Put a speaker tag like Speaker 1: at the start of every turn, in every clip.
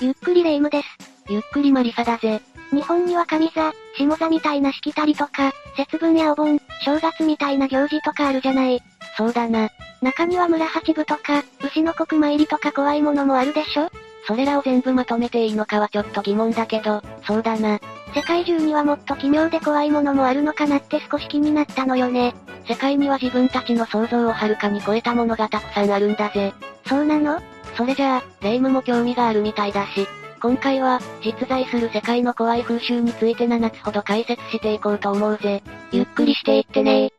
Speaker 1: ゆっくりレ夢ムです。
Speaker 2: ゆっくりマリサだぜ。
Speaker 1: 日本には神座、下座みたいなしきたりとか、節分やお盆、正月みたいな行事とかあるじゃない。
Speaker 2: そうだな。
Speaker 1: 中には村八部とか、牛の国参りとか怖いものもあるでしょ
Speaker 2: それらを全部まとめていいのかはちょっと疑問だけど、そうだな。
Speaker 1: 世界中にはもっと奇妙で怖いものもあるのかなって少し気になったのよね。
Speaker 2: 世界には自分たちの想像をはるかに超えたものがたくさんあるんだぜ。
Speaker 1: そうなの
Speaker 2: それじゃあ、霊夢も興味があるみたいだし、今回は、実在する世界の怖い風習について7つほど解説していこうと思うぜ。ゆっくりしていってね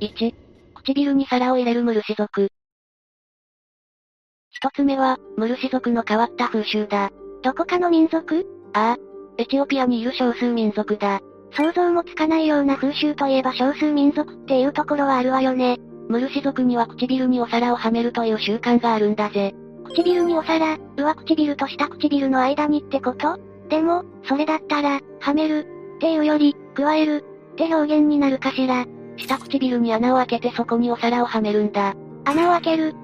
Speaker 2: 1、唇に皿を入れるムルシ族。一つ目は、ムルシ族の変わった風習だ。
Speaker 1: どこかの民族
Speaker 2: ああ、エチオピアにいる少数民族だ。
Speaker 1: 想像もつかないような風習といえば少数民族っていうところはあるわよね。
Speaker 2: ムルシ族には唇にお皿をはめるという習慣があるんだぜ。
Speaker 1: 唇にお皿、上唇と下唇の間にってことでも、それだったら、はめる、っていうより、加える、って表現になるかしら。
Speaker 2: 下唇に穴を開けてそこにお皿をはめるんだ。
Speaker 1: 穴を開ける。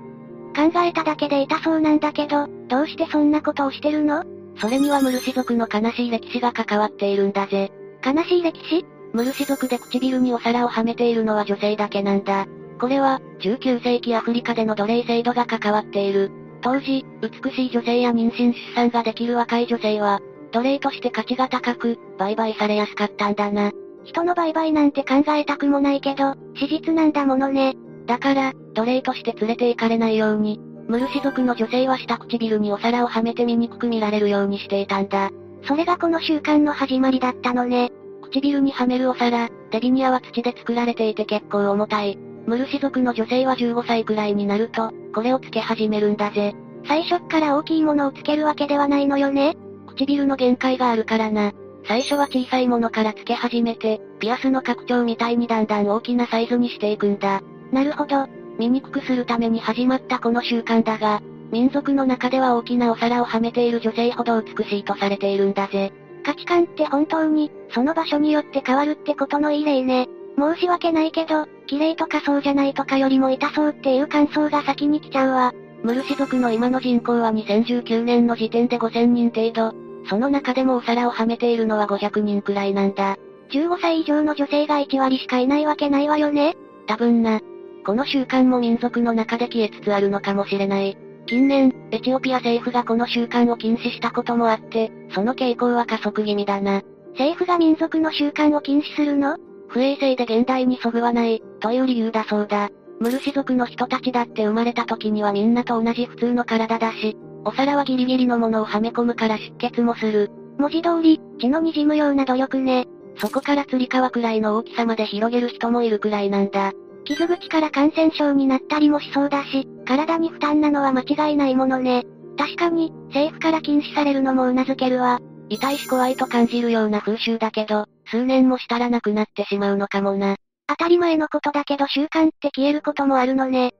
Speaker 1: 考えただけで痛そうなんだけど、どうしてそんなことをしてるの
Speaker 2: それにはムルシ族の悲しい歴史が関わっているんだぜ。
Speaker 1: 悲しい歴史
Speaker 2: ムルシ族で唇にお皿をはめているのは女性だけなんだ。これは、19世紀アフリカでの奴隷制度が関わっている。当時、美しい女性や妊娠出産ができる若い女性は、奴隷として価値が高く、売買されやすかったんだな。
Speaker 1: 人の売買なんて考えたくもないけど、史実なんだものね。
Speaker 2: だから、奴隷として連れて行かれないように、ムルシ族の女性は下唇にお皿をはめて醜く見られるようにしていたんだ。
Speaker 1: それがこの習慣の始まりだったのね。
Speaker 2: 唇にはめるお皿、デビニアは土で作られていて結構重たい。ムルシ族の女性は15歳くらいになると、これをつけ始めるんだぜ。
Speaker 1: 最初っから大きいものをつけるわけではないのよね。
Speaker 2: 唇の限界があるからな。最初は小さいものからつけ始めて、ピアスの拡張みたいにだんだん大きなサイズにしていくんだ。
Speaker 1: なるほど。
Speaker 2: 醜くするために始まったこの習慣だが、民族の中では大きなお皿をはめている女性ほど美しいとされているんだぜ。
Speaker 1: 価値観って本当に、その場所によって変わるってことのいい例ね。申し訳ないけど、綺麗とかそうじゃないとかよりも痛そうっていう感想が先に来ちゃうわ。
Speaker 2: ムルシ族の今の人口は2019年の時点で5000人程度。その中でもお皿をはめているのは500人くらいなんだ。
Speaker 1: 15歳以上の女性が1割しかいないわけないわよね。
Speaker 2: 多分な。この習慣も民族の中で消えつつあるのかもしれない。近年、エチオピア政府がこの習慣を禁止したこともあって、その傾向は加速気味だな。
Speaker 1: 政府が民族の習慣を禁止するの
Speaker 2: 不衛生で現代にそぐわない、という理由だそうだ。ムルシ族の人たちだって生まれた時にはみんなと同じ普通の体だし、お皿はギリギリのものをはめ込むから出血もする。
Speaker 1: 文字通り、血の滲むような努力ね。
Speaker 2: そこから釣り革くらいの大きさまで広げる人もいるくらいなんだ。
Speaker 1: 傷口から感染症になったりもしそうだし、体に負担なのは間違いないものね。確かに、政府から禁止されるのも頷けるわ。
Speaker 2: 痛いし怖いと感じるような風習だけど、数年もしたらなくなってしまうのかもな。
Speaker 1: 当たり前のことだけど習慣って消えることもあるのね。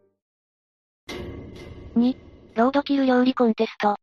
Speaker 2: 2、ロードキル料理コンテスト。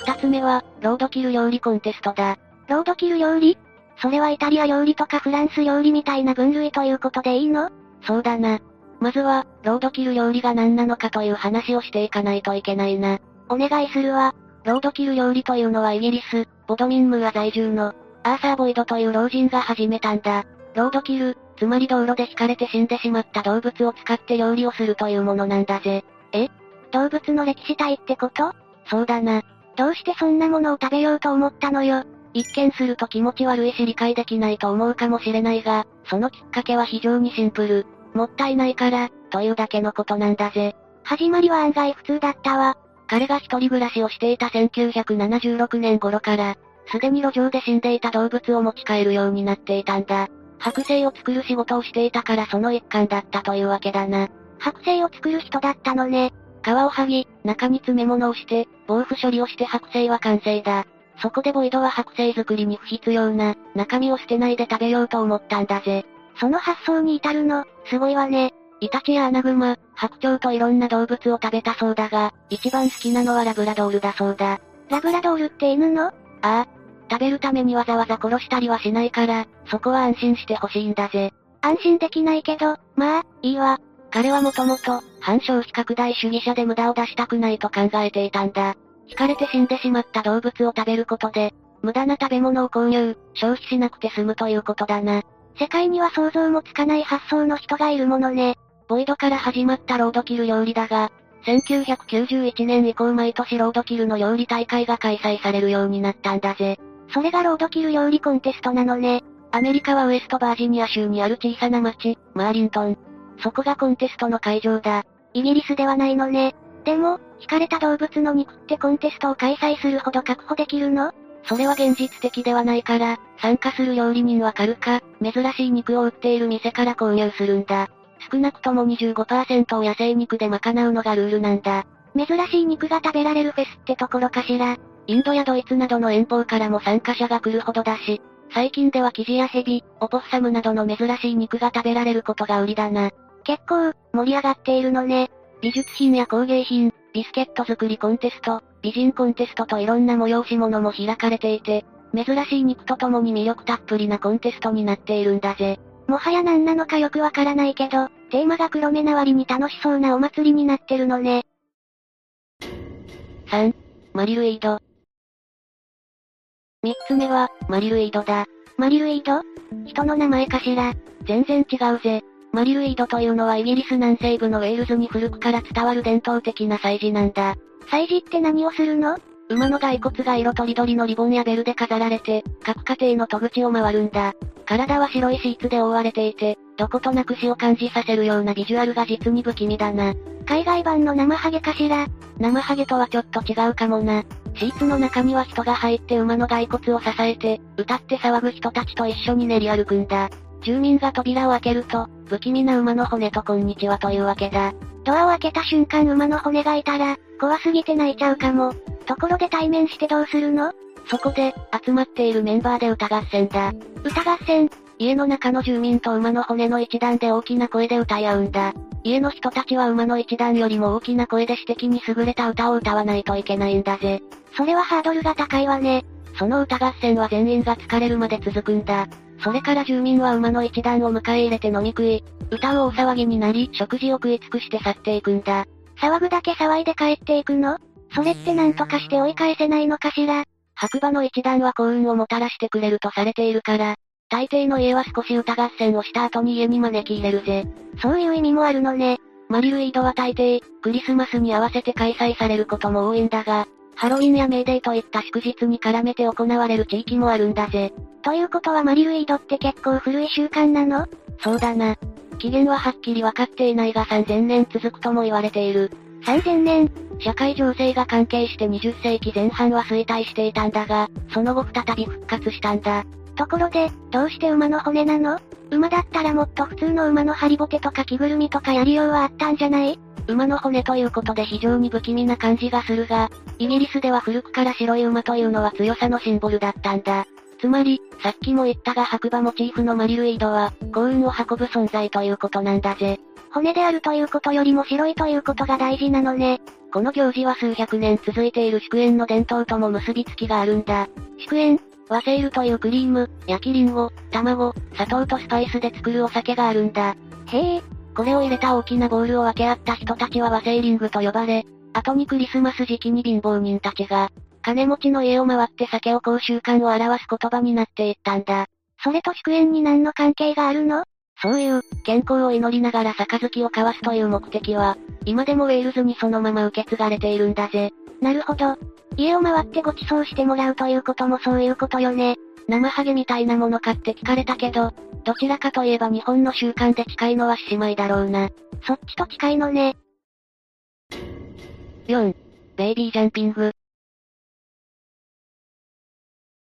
Speaker 2: 二つ目は、ロードキル料理コンテストだ。
Speaker 1: ロードキル料理それはイタリア料理とかフランス料理みたいな分類ということでいいの
Speaker 2: そうだな。まずは、ロードキル料理が何なのかという話をしていかないといけないな。
Speaker 1: お願いするわ。
Speaker 2: ロードキル料理というのはイギリス、ボドミンムーア在住の、アーサー・ボイドという老人が始めたんだ。ロードキル、つまり道路で惹かれて死んでしまった動物を使って料理をするというものなんだぜ。
Speaker 1: え動物の歴史体ってこと
Speaker 2: そうだな。
Speaker 1: どうしてそんなものを食べようと思ったのよ。
Speaker 2: 一見すると気持ち悪いし理解できないと思うかもしれないが、そのきっかけは非常にシンプル。もったいないから、というだけのことなんだぜ。
Speaker 1: 始まりは案外普通だったわ。
Speaker 2: 彼が一人暮らしをしていた1976年頃から、すでに路上で死んでいた動物を持ち帰るようになっていたんだ。剥製を作る仕事をしていたからその一環だったというわけだな。
Speaker 1: 剥製を作る人だったのね。
Speaker 2: 皮を剥ぎ、中に詰め物をして、防腐処理をして剥製は完成だ。そこでボイドは剥製作りに不必要な、中身を捨てないで食べようと思ったんだぜ。
Speaker 1: その発想に至るの、すごいわね。
Speaker 2: イタチやアナグマ、白鳥といろんな動物を食べたそうだが、一番好きなのはラブラドールだそうだ。
Speaker 1: ラブラドールって犬のあ
Speaker 2: あ。食べるためにわざわざ殺したりはしないから、そこは安心してほしいんだぜ。
Speaker 1: 安心できないけど、まあ、いいわ。
Speaker 2: 彼はもともと、反消費拡大主義者で無駄を出したくないと考えていたんだ。惹かれて死んでしまった動物を食べることで、無駄な食べ物を購入、消費しなくて済むということだな。
Speaker 1: 世界には想像もつかない発想の人がいるものね。
Speaker 2: ボイドから始まったロードキル料理だが、1991年以降毎年ロードキルの料理大会が開催されるようになったんだぜ。
Speaker 1: それがロードキル料理コンテストなのね。
Speaker 2: アメリカはウエストバージニア州にある小さな町、マーリントン。そこがコンテストの会場だ。
Speaker 1: イギリスではないのね。でも、惹かれた動物の肉ってコンテストを開催するほど確保できるの
Speaker 2: それは現実的ではないから、参加する料理人は軽か、珍しい肉を売っている店から購入するんだ。少なくとも25%を野生肉で賄うのがルールなんだ。
Speaker 1: 珍しい肉が食べられるフェスってところかしら。
Speaker 2: インドやドイツなどの遠方からも参加者が来るほどだし、最近ではキジやヘビ、オポッサムなどの珍しい肉が食べられることが売りだな。
Speaker 1: 結構、盛り上がっているのね。
Speaker 2: 美術品や工芸品、ビスケット作りコンテスト、美人コンテストといろんな催し物も開かれていて、珍しい肉とともに魅力たっぷりなコンテストになっているんだぜ。
Speaker 1: もはや何なのかよくわからないけど、テーマが黒目な割に楽しそうなお祭りになってるのね。
Speaker 2: 3、マリルイード。3つ目は、マリルイードだ。
Speaker 1: マリルイード人の名前かしら。
Speaker 2: 全然違うぜ。マリルイードというのはイギリス南西部のウェールズに古くから伝わる伝統的な祭事なんだ。
Speaker 1: 祭事って何をするの
Speaker 2: 馬の骸骨が色とりどりのリボンやベルで飾られて、各家庭の戸口を回るんだ。体は白いシーツで覆われていて、どことなく死を感じさせるようなビジュアルが実に不気味だな。
Speaker 1: 海外版の生ハゲかしら
Speaker 2: 生ハゲとはちょっと違うかもな。シーツの中には人が入って馬の骸骨を支えて、歌って騒ぐ人たちと一緒に練り歩くんだ。住民が扉を開けると、不気味な馬の骨とこんにちはというわけだ。
Speaker 1: ドアを開けた瞬間馬の骨がいたら、怖すぎて泣いちゃうかも。ところで対面してどうするの
Speaker 2: そこで、集まっているメンバーで歌合戦だ。
Speaker 1: 歌合戦
Speaker 2: 家の中の住民と馬の骨の一段で大きな声で歌い合うんだ。家の人たちは馬の一段よりも大きな声で詩的に優れた歌を歌わないといけないんだぜ。
Speaker 1: それはハードルが高いわね。
Speaker 2: その歌合戦は全員が疲れるまで続くんだ。それから住民は馬の一段を迎え入れて飲み食い、歌を大騒ぎになり、食事を食い尽くして去っていくんだ。
Speaker 1: 騒ぐだけ騒いで帰っていくのそれって何とかして追い返せないのかしら
Speaker 2: 白馬の一段は幸運をもたらしてくれるとされているから、大抵の家は少し歌合戦をした後に家に招き入れるぜ。
Speaker 1: そういう意味もあるのね。
Speaker 2: マリルイードは大抵、クリスマスに合わせて開催されることも多いんだが、ハロウィンやメーデーといった祝日に絡めて行われる地域もあるんだぜ。
Speaker 1: ということはマリルイードって結構古い習慣なの
Speaker 2: そうだな。起源ははっきりわかっていないが3000年続くとも言われている。
Speaker 1: 3000年
Speaker 2: 社会情勢が関係して20世紀前半は衰退していたんだが、その後再び復活したんだ。
Speaker 1: ところで、どうして馬の骨なの馬だったらもっと普通の馬のハリボテとか着ぐるみとかやりようはあったんじゃない
Speaker 2: 馬の骨ということで非常に不気味な感じがするが、イギリスでは古くから白い馬というのは強さのシンボルだったんだ。つまり、さっきも言ったが白馬モチーフのマリルイードは、幸運を運ぶ存在ということなんだぜ。
Speaker 1: 骨であるということよりも白いということが大事なのね。
Speaker 2: この行事は数百年続いている祝宴の伝統とも結びつきがあるんだ。
Speaker 1: 祝宴
Speaker 2: 和セールというクリーム、焼きリンゴ、卵、砂糖とスパイスで作るお酒があるんだ。
Speaker 1: へえ。
Speaker 2: これを入れた大きなボールを分け合った人たちは和セーリングと呼ばれ、後にクリスマス時期に貧乏人たちが、金持ちの家を回って酒をこう習慣を表す言葉になっていったんだ。
Speaker 1: それと祝宴に何の関係があるの
Speaker 2: そういう、健康を祈りながら杯を交わすという目的は、今でもウェールズにそのまま受け継がれているんだぜ。
Speaker 1: なるほど。家を回ってご馳走してもらうということもそういうことよね。
Speaker 2: 生ハゲみたいなものかって聞かれたけど、どちらかといえば日本の習慣で近いのは獅子舞だろうな。
Speaker 1: そっちと近いのね。
Speaker 2: 4、ベイビージャンピング。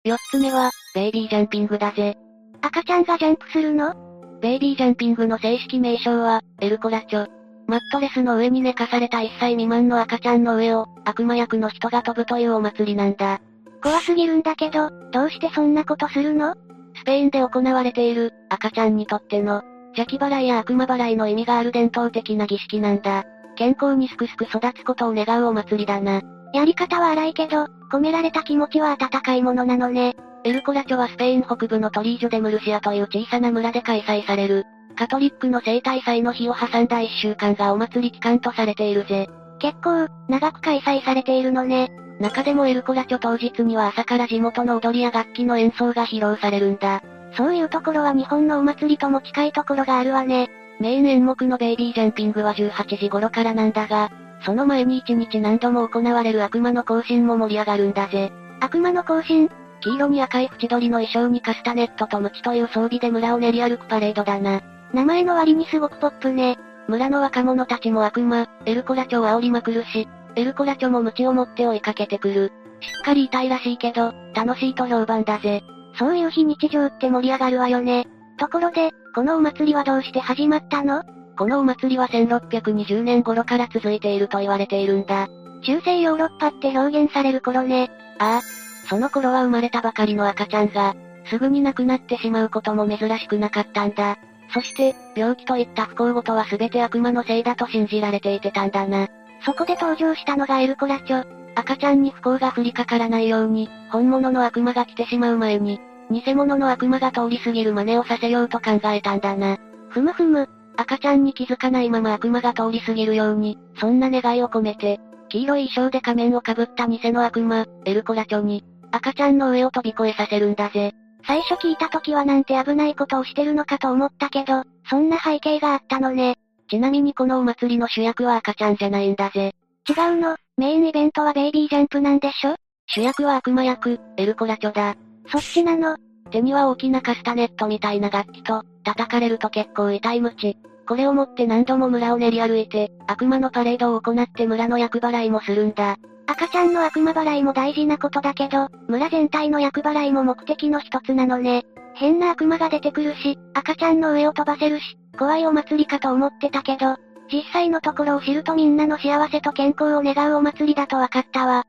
Speaker 2: 4つ目は、ベイビージャンピングだぜ。
Speaker 1: 赤ちゃんがジャンプするの
Speaker 2: ベイビージャンピングの正式名称は、エルコラチョ。マットレスの上に寝かされた1歳未満の赤ちゃんの上を、悪魔役の人が飛ぶというお祭りなんだ。
Speaker 1: 怖すぎるんだけど、どうしてそんなことするの
Speaker 2: スペインで行われている、赤ちゃんにとっての、邪気払いや悪魔払いの意味がある伝統的な儀式なんだ。健康にすくすく育つことを願うお祭りだな。
Speaker 1: やり方は荒いけど、込められた気持ちは温かいものなのね。
Speaker 2: エルコラチョはスペイン北部のトリージョでムルシアという小さな村で開催される、カトリックの生体祭の日を挟んだ1週間がお祭り期間とされているぜ。
Speaker 1: 結構、長く開催されているのね。
Speaker 2: 中でもエルコラチョ当日には朝から地元の踊りや楽器の演奏が披露されるんだ。
Speaker 1: そういうところは日本のお祭りとも近いところがあるわね。
Speaker 2: メイン演目のベイビージャンピングは18時頃からなんだが、その前に1日何度も行われる悪魔の行進も盛り上がるんだぜ。
Speaker 1: 悪魔の行進
Speaker 2: 黄色に赤い縁取りの衣装にカスタネットとムチという装備で村を練り歩くパレードだな。
Speaker 1: 名前の割にすごくポップね。
Speaker 2: 村の若者たちも悪魔、エルコラチョを煽りまくるし、エルコラチョもムチを持って追いかけてくる。しっかり痛いらしいけど、楽しいと評判だぜ。
Speaker 1: そういう非日常って盛り上がるわよね。ところで、このお祭りはどうして始まったの
Speaker 2: このお祭りは1620年頃から続いていると言われているんだ。
Speaker 1: 中世ヨーロッパって表現される頃ね。
Speaker 2: ああ。その頃は生まれたばかりの赤ちゃんが、すぐに亡くなってしまうことも珍しくなかったんだ。そして、病気といった不幸ごとは全て悪魔のせいだと信じられていてたんだな。
Speaker 1: そこで登場したのがエルコラチョ。
Speaker 2: 赤ちゃんに不幸が降りかからないように、本物の悪魔が来てしまう前に、偽物の悪魔が通り過ぎる真似をさせようと考えたんだな。
Speaker 1: ふむふむ、
Speaker 2: 赤ちゃんに気づかないまま悪魔が通り過ぎるように、そんな願いを込めて、黄色い衣装で仮面をかぶった偽の悪魔、エルコラチョに、赤ちゃんの上を飛び越えさせるんだぜ。
Speaker 1: 最初聞いた時はなんて危ないことをしてるのかと思ったけど、そんな背景があったのね。
Speaker 2: ちなみにこのお祭りの主役は赤ちゃんじゃないんだぜ。
Speaker 1: 違うの、メインイベントはベイビージャンプなんでしょ
Speaker 2: 主役は悪魔役、エルコラチョだ。
Speaker 1: そっちなの。
Speaker 2: 手には大きなカスタネットみたいな楽器と、叩かれると結構痛いムチ。これを持って何度も村を練り歩いて、悪魔のパレードを行って村の厄払いもするんだ。
Speaker 1: 赤ちゃんの悪魔払いも大事なことだけど、村全体の厄払いも目的の一つなのね。変な悪魔が出てくるし、赤ちゃんの上を飛ばせるし、怖いお祭りかと思ってたけど、実際のところを知るとみんなの幸せと健康を願うお祭りだと分かったわ。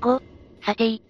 Speaker 2: 5、サティ。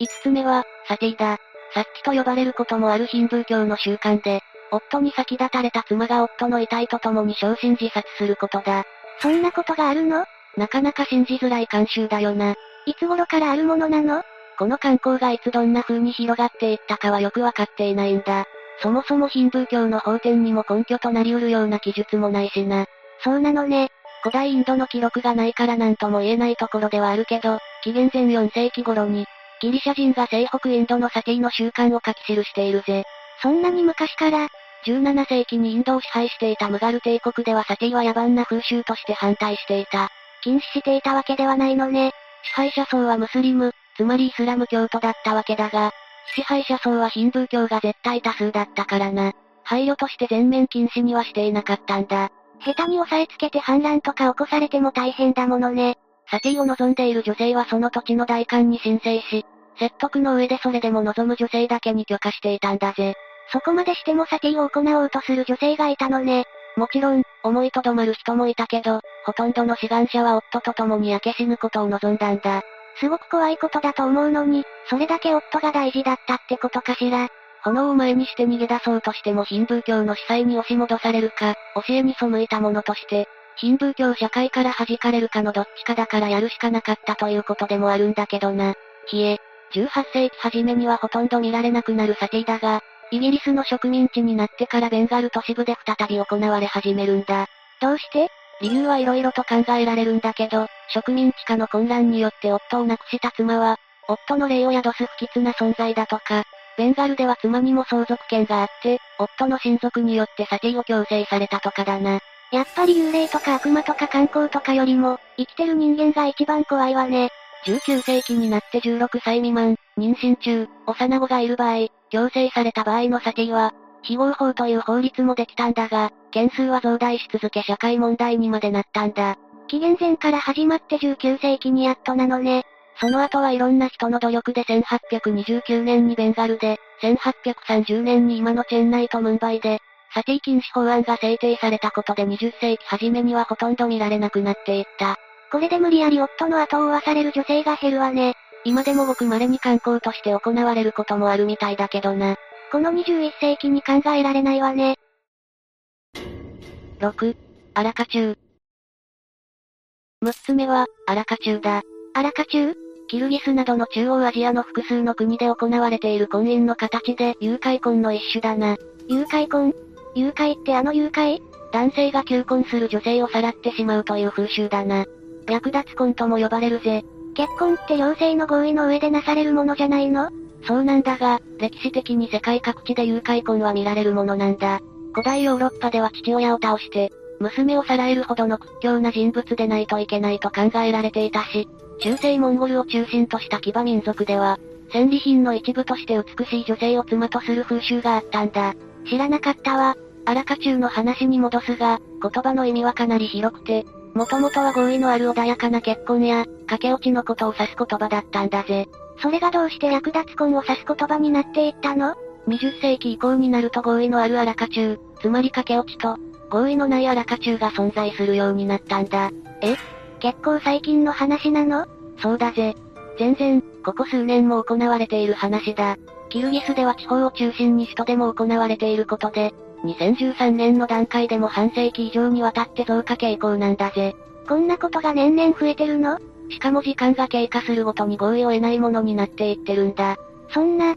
Speaker 2: 5つ目は、サティだ。さっきと呼ばれることもあるヒンドゥー教の習慣で、夫に先立たれた妻が夫の遺体と共に昇進自殺することだ。
Speaker 1: そんなことがあるの
Speaker 2: なかなか信じづらい慣習だよな。
Speaker 1: いつ頃からあるものなの
Speaker 2: この観光がいつどんな風に広がっていったかはよくわかっていないんだ。そもそもヒンドゥー教の法典にも根拠となりうるような記述もないしな。
Speaker 1: そうなのね。
Speaker 2: 古代インドの記録がないから何とも言えないところではあるけど、紀元前4世紀頃に、ギリシャ人が西北インドのサティの習慣を書き記しているぜ。
Speaker 1: そんなに昔から、
Speaker 2: 17世紀にインドを支配していたムガル帝国ではサティは野蛮な風習として反対していた。
Speaker 1: 禁止していたわけではないのね。
Speaker 2: 支配者層はムスリム、つまりイスラム教徒だったわけだが、支配者層はヒンドゥー教が絶対多数だったからな。配慮として全面禁止にはしていなかったんだ。
Speaker 1: 下手に押さえつけて反乱とか起こされても大変だものね。
Speaker 2: サティを望んでいる女性はその土地の代官に申請し、説得の上でそれでも望む女性だけに許可していたんだぜ。
Speaker 1: そこまでしてもサティを行おうとする女性がいたのね。
Speaker 2: もちろん、思いとどまる人もいたけど、ほとんどの志願者は夫と共に焼け死ぬことを望んだんだ。
Speaker 1: すごく怖いことだと思うのに、それだけ夫が大事だったってことかしら。
Speaker 2: 炎を前にして逃げ出そうとしてもヒンドゥー教の司祭に押し戻されるか、教えに背いたものとして、ヒンドゥー教社会から弾かれるかのどっちかだからやるしかなかったということでもあるんだけどな。ひえ、18世紀初めにはほとんど見られなくなるサティだが、イギリスの植民地になってからベンガル都市部で再び行われ始めるんだ。
Speaker 1: どうして
Speaker 2: 理由はいろいろと考えられるんだけど、植民地化の混乱によって夫を亡くした妻は、夫の霊を宿す不吉な存在だとか、ベンガルでは妻にも相続権があって、夫の親族によってサティを強制されたとかだな。
Speaker 1: やっぱり幽霊とか悪魔とか観光とかよりも、生きてる人間が一番怖いわね。
Speaker 2: 19世紀になって16歳未満、妊娠中、幼子がいる場合、強制された場合のサティは、非合法という法律もできたんだが、件数は増大し続け社会問題にまでなったんだ。
Speaker 1: 紀元前から始まって19世紀にやっとなのね。
Speaker 2: その後はいろんな人の努力で1829年にベンガルで、1830年に今のチェンナイとムンバイで、サティ禁止法案が制定されたことで20世紀初めにはほとんど見られなくなっていった。
Speaker 1: これで無理やり夫の後を追わされる女性が減るわね。
Speaker 2: 今でもごく稀に観光として行われることもあるみたいだけどな。
Speaker 1: この21世紀に考えられないわね。
Speaker 2: 6、アラカチュウ。6つ目は、アラカチュウだ。
Speaker 1: アラカチュウ
Speaker 2: キルギスなどの中央アジアの複数の国で行われている婚姻の形で誘拐婚の一種だな。
Speaker 1: 誘拐婚誘拐ってあの誘拐
Speaker 2: 男性が求婚する女性をさらってしまうという風習だな。略奪婚とも呼ばれるぜ。
Speaker 1: 結婚って両性の合意の上でなされるものじゃないの
Speaker 2: そうなんだが、歴史的に世界各地で誘拐婚は見られるものなんだ。古代ヨーロッパでは父親を倒して、娘をさらえるほどの屈強な人物でないといけないと考えられていたし、中世モンゴルを中心とした騎馬民族では、戦利品の一部として美しい女性を妻とする風習があったんだ。
Speaker 1: 知らなかったわ。
Speaker 2: あらか中の話に戻すが、言葉の意味はかなり広くて、もともとは合意のある穏やかな結婚や、駆け落ちのことを指す言葉だったんだぜ。
Speaker 1: それがどうして略奪婚を指す言葉になっていったの
Speaker 2: ?20 世紀以降になると合意のあるあらか中、つまり駆け落ちと、合意のないあらか中が存在するようになったんだ。
Speaker 1: え結構最近の話なの
Speaker 2: そうだぜ。全然、ここ数年も行われている話だ。キルギスでは地方を中心に首都でも行われていることで、2013年の段階でも半世紀以上にわたって増加傾向なんだぜ。
Speaker 1: こんなことが年々増えてるの
Speaker 2: しかも時間が経過するごとに合意を得ないものになっていってるんだ。
Speaker 1: そんな、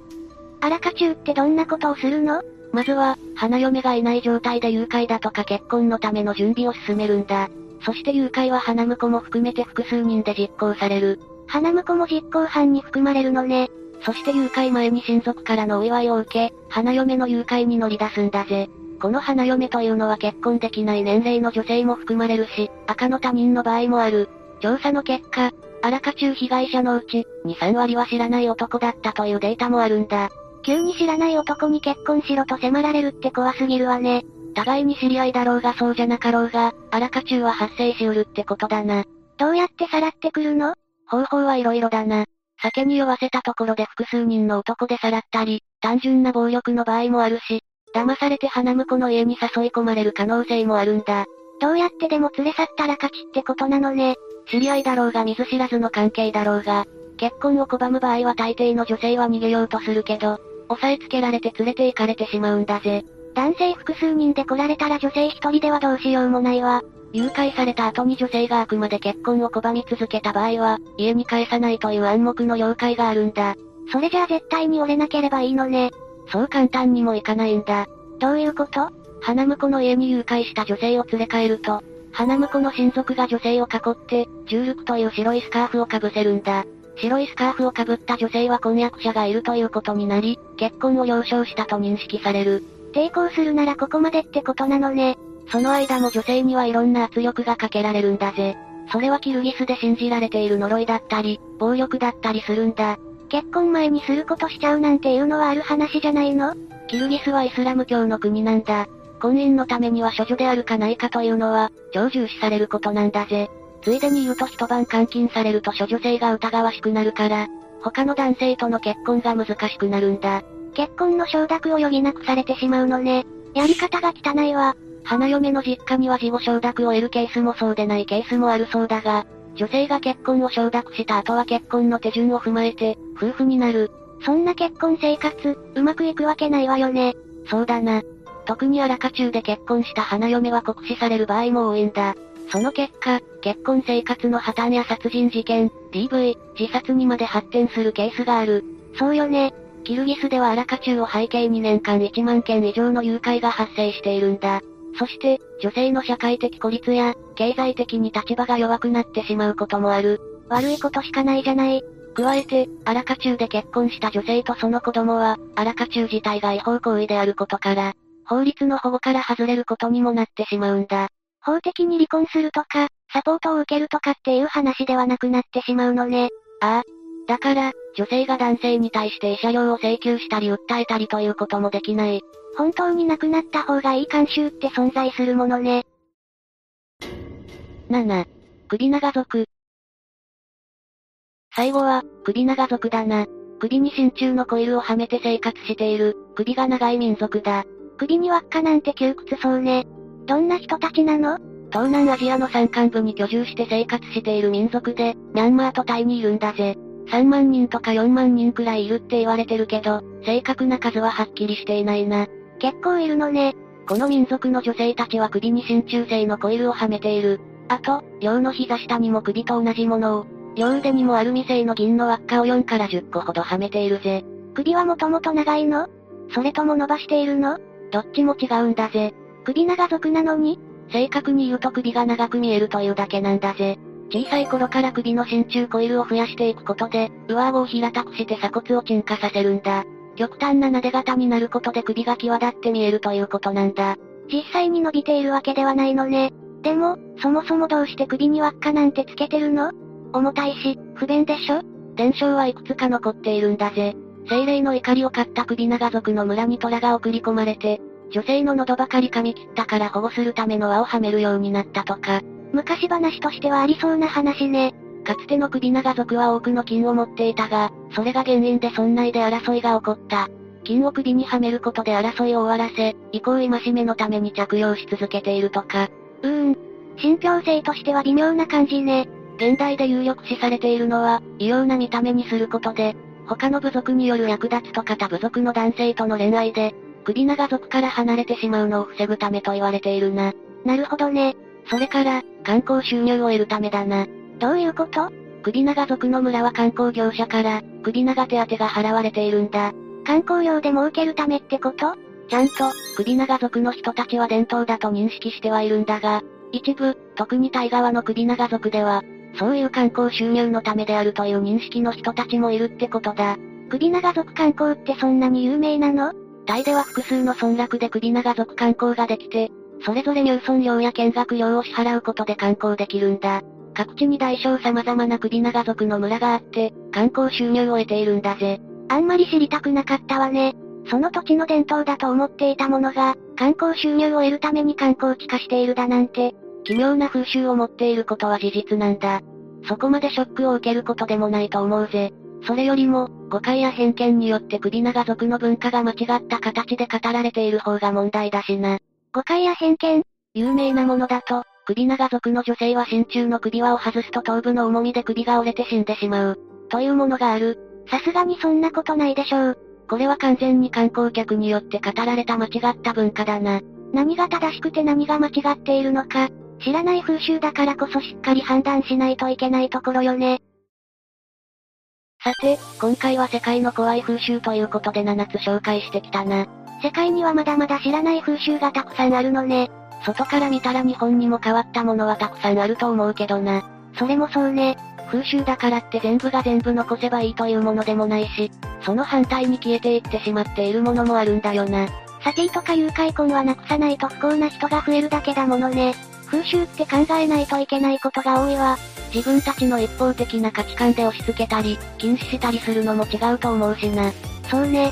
Speaker 1: あらか中ってどんなことをするの
Speaker 2: まずは、花嫁がいない状態で誘拐だとか結婚のための準備を進めるんだ。そして誘拐は花婿も含めて複数人で実行される。
Speaker 1: 花婿も実行犯に含まれるのね。
Speaker 2: そして誘拐前に親族からのお祝いを受け、花嫁の誘拐に乗り出すんだぜ。この花嫁というのは結婚できない年齢の女性も含まれるし、赤の他人の場合もある。調査の結果、あらか中被害者のうち、2、3割は知らない男だったというデータもあるんだ。
Speaker 1: 急に知らない男に結婚しろと迫られるって怖すぎるわね。
Speaker 2: 互いに知り合いだろうがそうじゃなかろうが、あらか中は発生しうるってことだな。
Speaker 1: どうやってさらってくるの
Speaker 2: 方法はいろいろだな。酒に酔わせたところで複数人の男でさらったり、単純な暴力の場合もあるし、騙されて花婿の家に誘い込まれる可能性もあるんだ。
Speaker 1: どうやってでも連れ去ったら勝ちってことなのね。
Speaker 2: 知り合いだろうが見ず知らずの関係だろうが、結婚を拒む場合は大抵の女性は逃げようとするけど、押さえつけられて連れて行かれてしまうんだぜ。
Speaker 1: 男性複数人で来られたら女性一人ではどうしようもないわ。
Speaker 2: 誘拐された後に女性があくまで結婚を拒み続けた場合は、家に帰さないという暗黙の了解があるんだ。
Speaker 1: それじゃあ絶対に折れなければいいのね。
Speaker 2: そう簡単にもいかないんだ。
Speaker 1: どういうこと
Speaker 2: 花婿の家に誘拐した女性を連れ帰ると、花婿の親族が女性を囲って、重力という白いスカーフをかぶせるんだ。白いスカーフをかぶった女性は婚約者がいるということになり、結婚を了承したと認識される。
Speaker 1: 抵抗するならここまでってことなのね。
Speaker 2: その間も女性にはいろんな圧力がかけられるんだぜ。それはキルギスで信じられている呪いだったり、暴力だったりするんだ。
Speaker 1: 結婚前にすることしちゃうなんていうのはある話じゃないの
Speaker 2: キルギスはイスラム教の国なんだ。婚姻のためには処女であるかないかというのは、常重視されることなんだぜ。ついでに言うと一晩監禁されると処女性が疑わしくなるから、他の男性との結婚が難しくなるんだ。
Speaker 1: 結婚の承諾を余儀なくされてしまうのね。やり方が汚いわ。
Speaker 2: 花嫁の実家には事後承諾を得るケースもそうでないケースもあるそうだが、女性が結婚を承諾した後は結婚の手順を踏まえて、夫婦になる。
Speaker 1: そんな結婚生活、うまくいくわけないわよね。
Speaker 2: そうだな。特にあらか中で結婚した花嫁は酷使される場合も多いんだ。その結果、結婚生活の破綻や殺人事件、DV、自殺にまで発展するケースがある。
Speaker 1: そうよね。
Speaker 2: キルギスではあらか中を背景に年間1万件以上の誘拐が発生しているんだ。そして、女性の社会的孤立や、経済的に立場が弱くなってしまうこともある。
Speaker 1: 悪いことしかないじゃない。
Speaker 2: 加えて、アラカ中で結婚した女性とその子供は、アラカ中自体が違法行為であることから、法律の保護から外れることにもなってしまうんだ。
Speaker 1: 法的に離婚するとか、サポートを受けるとかっていう話ではなくなってしまうのね。
Speaker 2: ああ。だから、女性が男性に対して慰謝料を請求したり訴えたりということもできない。
Speaker 1: 本当になくなった方がいい慣習って存在するものね。
Speaker 2: 7. 首長族。最後は、首長族だな。首に真鍮のコイルをはめて生活している、首が長い民族だ。
Speaker 1: 首に輪っかなんて窮屈そうね。どんな人たちなの
Speaker 2: 東南アジアの山間部に居住して生活している民族で、ミャンマーとタイにいるんだぜ。3万人とか4万人くらいいるって言われてるけど、正確な数ははっきりしていないな。
Speaker 1: 結構いるのね。
Speaker 2: この民族の女性たちは首に真鍮製のコイルをはめている。あと、両の膝下にも首と同じものを、両腕にもアルミ製の銀の輪っかを4から10個ほどはめているぜ。
Speaker 1: 首はもともと長いのそれとも伸ばしているの
Speaker 2: どっちも違うんだぜ。
Speaker 1: 首長族なのに
Speaker 2: 正確に言うと首が長く見えるというだけなんだぜ。小さい頃から首の真鍮コイルを増やしていくことで、上顎を平たくして鎖骨を沈下させるんだ。極端な撫で型になることで首が際立って見えるということなんだ。
Speaker 1: 実際に伸びているわけではないのね。でも、そもそもどうして首に輪っかなんてつけてるの重たいし、不便でしょ
Speaker 2: 伝承はいくつか残っているんだぜ。精霊の怒りを買った首長族の村に虎が送り込まれて、女性の喉ばかり噛み切ったから保護するための輪をはめるようになったとか。
Speaker 1: 昔話としてはありそうな話ね。
Speaker 2: かつての首長族は多くの金を持っていたが、それが原因で村内で争いが起こった。金を首にはめることで争いを終わらせ、以降戒めのために着用し続けているとか。
Speaker 1: うーん。信憑性としては微妙な感じね。
Speaker 2: 現代で有力視されているのは、異様な見た目にすることで、他の部族による略奪とか他部族の男性との恋愛で、首長族から離れてしまうのを防ぐためと言われているな。
Speaker 1: なるほどね。
Speaker 2: それから、観光収入を得るためだな。
Speaker 1: どういうこと
Speaker 2: 首長族の村は観光業者から、首長手当が払われているんだ。
Speaker 1: 観光用で儲けるためってこと
Speaker 2: ちゃんと、首長族の人たちは伝統だと認識してはいるんだが、一部、特に対側の首長族では、そういう観光収入のためであるという認識の人たちもいるってことだ。
Speaker 1: 首長族観光ってそんなに有名なの
Speaker 2: タイでは複数の村落で首長族観光ができて、それぞれ入村料や見学料を支払うことで観光できるんだ。各地に大小様々な首長族の村があって、観光収入を得ているんだぜ。
Speaker 1: あんまり知りたくなかったわね。その土地の伝統だと思っていたものが、観光収入を得るために観光地化しているだなんて、
Speaker 2: 奇妙な風習を持っていることは事実なんだ。そこまでショックを受けることでもないと思うぜ。それよりも、誤解や偏見によって首長族の文化が間違った形で語られている方が問題だしな。
Speaker 1: 誤解や偏見
Speaker 2: 有名なものだと、首長族の女性は真鍮の首輪を外すと頭部の重みで首が折れて死んでしまう。というものがある。
Speaker 1: さすがにそんなことないでしょう。
Speaker 2: これは完全に観光客によって語られた間違った文化だな。
Speaker 1: 何が正しくて何が間違っているのか、知らない風習だからこそしっかり判断しないといけないところよね。
Speaker 2: さて、今回は世界の怖い風習ということで7つ紹介してきたな。
Speaker 1: 世界にはまだまだ知らない風習がたくさんあるのね。
Speaker 2: 外から見たら日本にも変わったものはたくさんあると思うけどな。
Speaker 1: それもそうね。
Speaker 2: 風習だからって全部が全部残せばいいというものでもないし、その反対に消えていってしまっているものもあるんだよな。
Speaker 1: サティとか誘拐婚はなくさないと不幸な人が増えるだけだものね。風習って考えないといけないことが多いわ。
Speaker 2: 自分たちの一方的な価値観で押し付けたり、禁止したりするのも違うと思うしな。
Speaker 1: そうね。